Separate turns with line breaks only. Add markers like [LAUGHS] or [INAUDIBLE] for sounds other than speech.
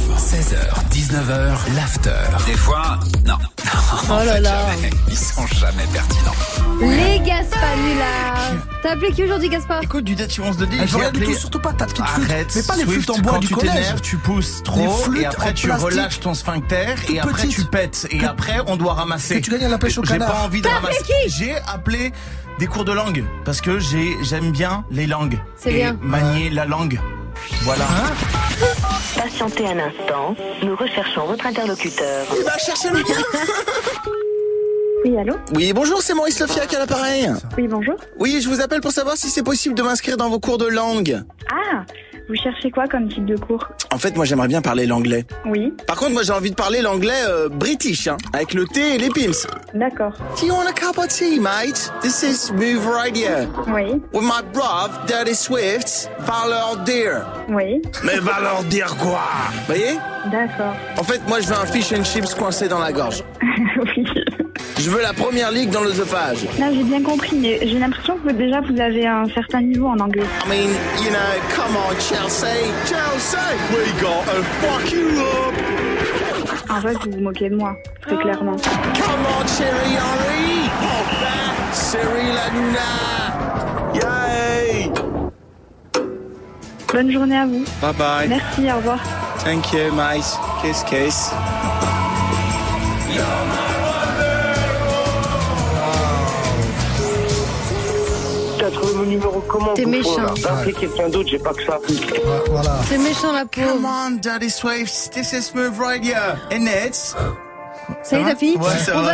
16h, 19h, l'after. Des fois, non.
Oh là là.
Jamais. Ils sont jamais pertinents.
Les Gaspanulas T'as appelé qui aujourd'hui, Gaspard
Écoute, du date, 11 de dit.
Ah, je regarde du tout, surtout pas ta petite flûte.
Arrête,
mais pas les
Swift,
flûtes en bois
quand
du
tu
collège.
t'énerves, tu pousses trop
Les flûtes
et après
en
tu
plastique.
relâches ton sphincter
Toute
et après
petite.
tu pètes et
Que-
après on doit ramasser.
que tu gagnes à la pêche au
J'ai
canard.
pas envie de
T'as appelé
ramasser. J'ai appelé des cours de langue parce que j'ai j'aime bien les langues
C'est
et
bien.
manier la langue. Voilà.
Hein
Patientez un instant, nous recherchons votre interlocuteur.
Il va chercher le gars.
Oui, allô
Oui, bonjour, c'est Maurice Lefiac à l'appareil.
Oui, bonjour.
Oui, je vous appelle pour savoir si c'est possible de m'inscrire dans vos cours de langue.
Ah, vous cherchez quoi comme type de cours
En fait, moi j'aimerais bien parler l'anglais.
Oui,
Par contre, moi j'ai envie de parler l'anglais euh, british, hein, avec le thé et les pimps.
d'accord.
Do you want a cup of tea, mate? This is move right here.
Oui,
With my bruv, Daddy Swift, va leur dire.
oui,
Mais va leur dire quoi Vous voyez
d'accord. [LAUGHS]
En fait, moi je veux un fish and chips coincé dans la gorge.
oui.
Je veux la première ligue dans l'œsophage.
Là, j'ai bien compris, mais j'ai l'impression que vous, déjà vous avez un certain niveau en anglais.
I mean, you know, come on, Chelsea. Chelsea, we gotta fuck you up.
En fait, vous vous moquez de moi, très
Come
clairement.
on, Cherry Henry. Pop that, Cyril Hanouna. Yay.
Bonne journée à vous.
Bye bye.
Merci, au revoir.
Thank you, mate. Kiss, kiss.
T'as trouvé mon numéro comment
T'es
bouffon,
méchant.
là Va appeler quelqu'un d'autre, j'ai pas que ça.
C'est méchant, la
Come
pauvre.
on, Daddy Swift, this is move right here. And it's
Ça y est, t'as fini
Ouais, ça
On
va.
va